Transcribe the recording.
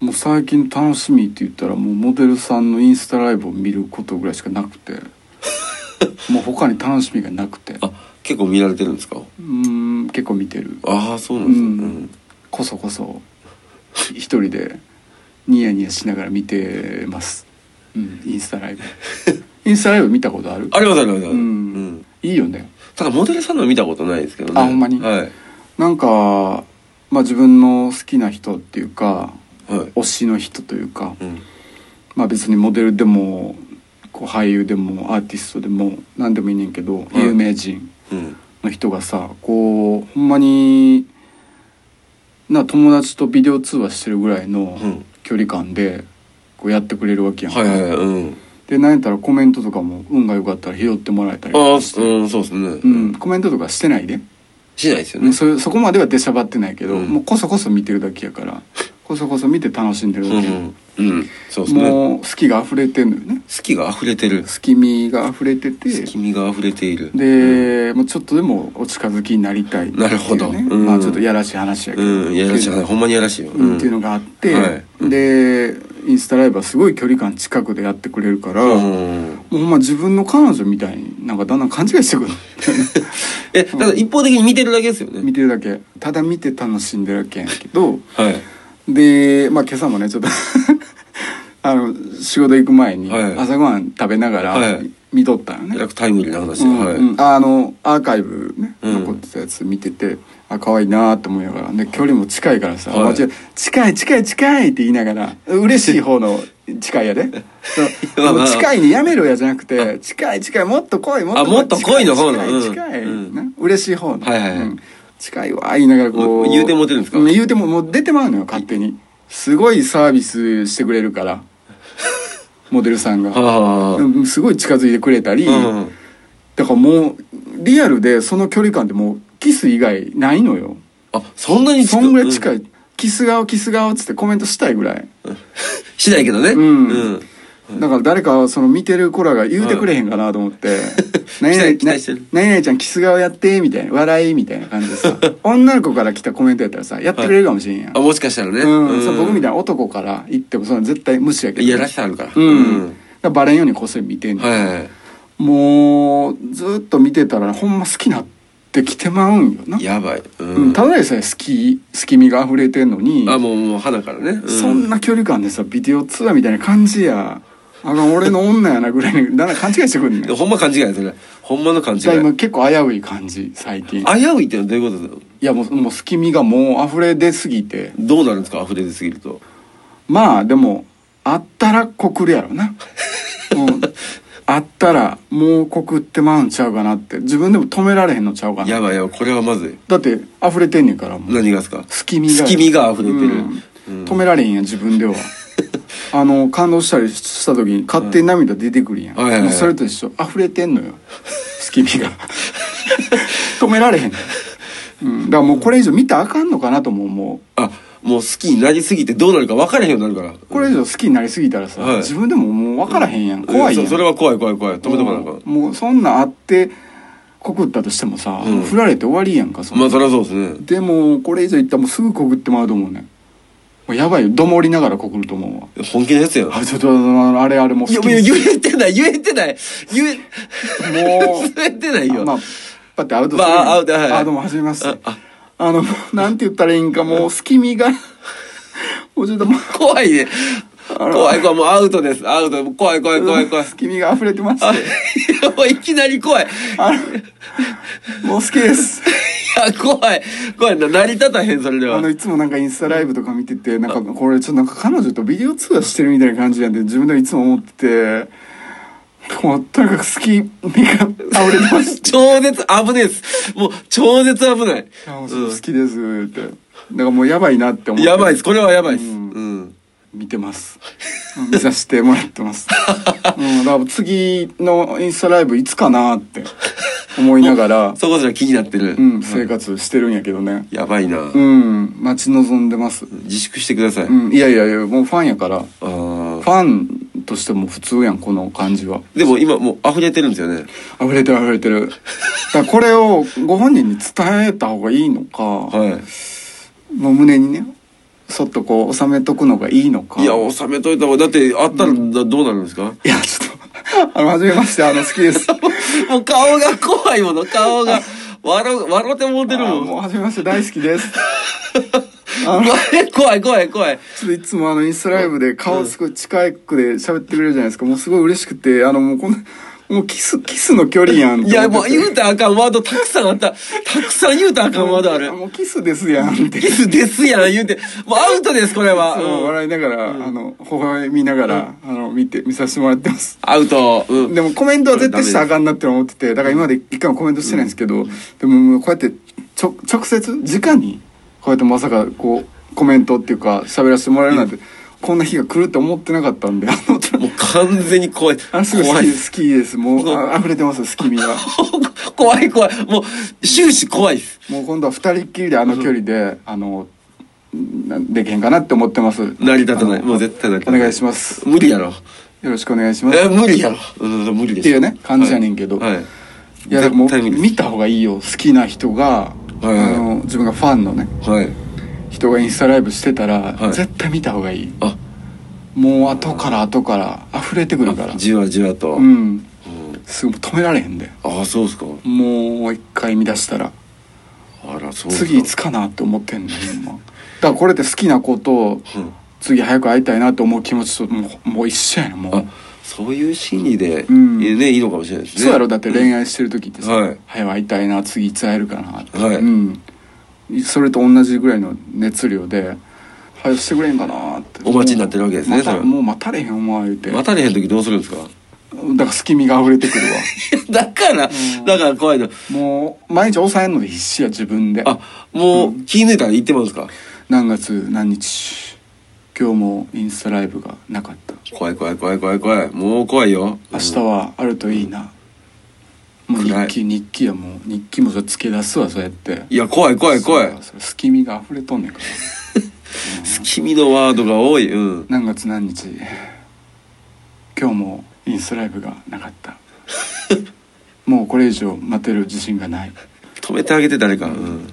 もう最近楽しみって言ったらもうモデルさんのインスタライブを見ることぐらいしかなくてもう他に楽しみがなくてあ結構見られてるんですかうーん結構見てるああそうなんですね、うんこそこそ一人でニヤニヤしながら見てます、うん、インスタライブインスタライブ見たことあるありますありますあります、うんうんいいよねただモデルさんのは見たことないですけどねあほんまにはいなんかまあ自分の好きな人っていうかはい、推しの人というかうん、まあ別にモデルでもこう俳優でもアーティストでも何でもいいねんけど、有名人うんの人がさこうほんまにな友達とビデオ通話してるぐらいのうん距離感でこうやってくれるわけやん、はいはいはいうんでなんやったらコメントとかも運が良かったら拾ってもらえたりあとあうかんしそて、うですね、う、うんコメントとかしてないで、しないですようねん、そそこまでは出しゃばってないけど、うんもうこそこそ見てるだけやからこそこそ見て楽しんでるうだけ、んうん、うん、そうですね好もう好きが溢れてんのよねきが溢れてる好きみが溢れてて好きみが溢れているで、もうちょっとでもお近づきになりたいっていう、ね、なるほどうんまあちょっとやらしい話やけど、うんやらしいほんまにやらしいよ、うんっていうのがあって、はいうんでインスタライブはすごい距離感近くでやってくれるから、うもんうほんま自分の彼女みたいになんかだんだん勘違いしてくるえただ一方的に見てるだけですよ ね見てるだけただ見て楽しんでるだけやけどはいでまあ今朝もねちょっと あの仕事行く前にはい朝ごはん食べながらはい見とったのえね、らくタイムリーな話うで、んはい、うんあのアーカイブねうん残ってたやつ見てて、あ可愛いなと思いながらで距離も近いからさ「はあい違う近い近い近い」って言いながら嬉しい方の近い やでそうまあまあもう近いにやめろやじゃなくて「近い近いもっと来いもっと来い」あもっと来いの方の近い近い近い、うんね嬉しい方の、はいはいはいうん近いわ言いながらこうもう言うてもうてるんですかう言うてももう出てまうのよ勝手にすごいサービスしてくれるから モデルさんが、はあうんすごい近づいてくれたり、うんだからもうリアルでその距離感ってもうキス以外ないのよあそんなにそんぐらい近い、い、キス顔キス顔っつってコメントしたいぐらい しないけどねうんうんだから誰かその見てる子らが言うてくれへんかなと思って「何々期待してる何々ちゃんキス顔やって」みたいな笑いみたいな感じでさ女の子から来たコメントやったらさやってくれるかもしれんやん、あもしかしたらね、うんそう僕みたいない男から言ってもその絶対無視やけどやらしさあるからうん、うんだからバレんようにこっそり見てんねんはいはいはいもうずっと見てたらほんま好きになってきてまうんよなやばい、ううん、ただでさえ好き好きみが溢れてんのにあもうもう花からね、うそんな距離感でさビデオツアーみたいな感じやあの俺の女やなぐらいにだんだん勘違いしてくんねんほんま勘違いですねほんまの勘違いじゃあ今結構危うい感じ最近危ういってのはどういうことだいやもうもう好きみがもう溢れ出すぎてどうなるんですか溢れ出すぎるとまあでもあったら告るやろ な、うん、あったらもう告ってまうんちゃうかなって自分でも止められへんのちゃうかなやばいやばいこれはまずいだって溢れてんねんからもう何がですか隙みが隙間が溢れてるうんうん止められんやん自分で はあの感動したりした時に勝手に涙出てくるやん、はいはいはいもうそれと一緒溢れてんのよ隙間が 止められへん、うん、だからもうこれ以上見たらあかんのかなとも思うあもう好きになりすぎてどうなるか分からへんようになるからこれ以上好きになりすぎたらさ、はい自分でももう分からへんやん、うん怖いやんそうそれは怖い怖い怖い止めとかなんかもうそんなんあって告ったとしてもさ、うん振られて終わりやんかそんなまあそりゃそうですねでもこれ以上いったらもうすぐ告ってもらうと思うねんもうやばいよどもりながら告ると思うわ本気のやつやなあちょっとあのあれあれもういや好きいやに言えてない言えてない言えも 言えてないうよ、まあパッてアウトするまあアウトはいはいあどうもはじめましてあああのなんて言ったらいいんかもう隙みがもうちょっともう怖いねあら怖い怖いもうアウトですアウト怖い怖い怖い怖い隙みが溢れてましあ ていやもういきなり怖いあのもう好きですいや、怖い。怖いな。成り立たへん、それでは。あのいつもなんかインスタライブとか見ててなんかこれちょっとなんか彼女とビデオ通話してるみたいな感じなんで自分ではいつも思っててもうとにかく好きみ が溢れてました超絶危ないです。もう、超絶危ない。いやもうそれ好きですって、だからもうやばいなって思ってやばいです。これはやばいです。ううんん。見てますうん見させてもらってます、うん、だから次のインスタライブいつかなって思いながら、そこそら気になってる。うん、生活してるんやけどねやばいなう。ん待ち望んでます、自粛してください。うん、いやいやいやもうファンやからフあーァンとしても普通やんこの感じはでも今もう溢れてるんですよね。溢れてる溢れてるだからこれをご本人に伝えた方がいいのか、はい。もう胸にねそっとこう収めとくのがいいのかいや収めといた方がだってあったらなどうなるんですかいやちょっとあの初めましてあの好きですもう顔が怖いもの顔が笑う笑ってもうてるあもんもう初めまして大好きですあの怖い怖い怖い怖いちょっといつもあのインスタライブで顔すごい近い区で喋ってくれるじゃないですか。もうすごい嬉しくて、あのもうこの、もうキス、キスの距離やんいとや思もっうてて。言うたらあかんワードたくさんあったたくさん言うたらあかんワードあるもうキスですやんって。キス ですやん言うてもうアウトですこれは、そう、うん笑いながら、あの、微笑みながら、あの、見て、見させてもらってます。アウト、うん、でもコメントは絶対したらあかんなって思ってて、だから今まで一回もコメントしてないんですけど、でももうこうやって、ちょ、直接、直に、こうやってまさか、こう、コメントっていうか、喋らせてもらえるなんて、こんな日が来るって思ってなかったん で、あの、ちょっともう完全に怖いあ、すごい好怖きいです。好きです。もう、あ溢れてますよ、好きみが。怖い 怖いもう終始怖いですもう今度は二人っきりであの距離で、あの、なできへんかなって思ってます。成り立たないもう絶対成り立おたない願いします。無理やろよろしくお願いします。え無理やろ、うん、無理ですっていうね感じやねんけどはい、はいいや、でも、絶対無理見た方がいいよ。好きな人が、いはいはいあの、自分がファンのね、はい人がインスタライブしてたら、はい絶対見た方がいい。あもう後から後から溢れてくるから。じわじわと、ううんん。すぐ止められへんで。あそうですかもう一回見出したら。あらそうですか次いつかなって思ってんのほ んまだからこれって好きな子とうん次早く会いたいなと思う気持ちともうもう一緒やねもあうそういう心理で、うんねいいのかもしれないですねそうやろだって恋愛してる時ってさ、はい早く会いたいな次いつ会えるかなって、はいうん、それと同じぐらいの熱量で早くしてくれんかなってお待ちになってるわけですねまたそれはもう待たれへんお前言うてだ待かたれへん時どうするんです から隙見が溢れてく るわだからだから怖いのもう毎日抑えんので必死や自分であもう気抜いたら行ってますか何月何日今日もインスタライブがなかった怖い怖い怖い怖い怖いもう怖いよ明日はあるといいな、もう日暗い記日記やもう日記もそれつけ出すわそうやっていや怖い怖い怖いそうそう隙間が溢れとんねんから君のワードが多いうん何月何日今日もインスタライブがなかった もうこれ以上待てる自信がない止めてあげて誰かうん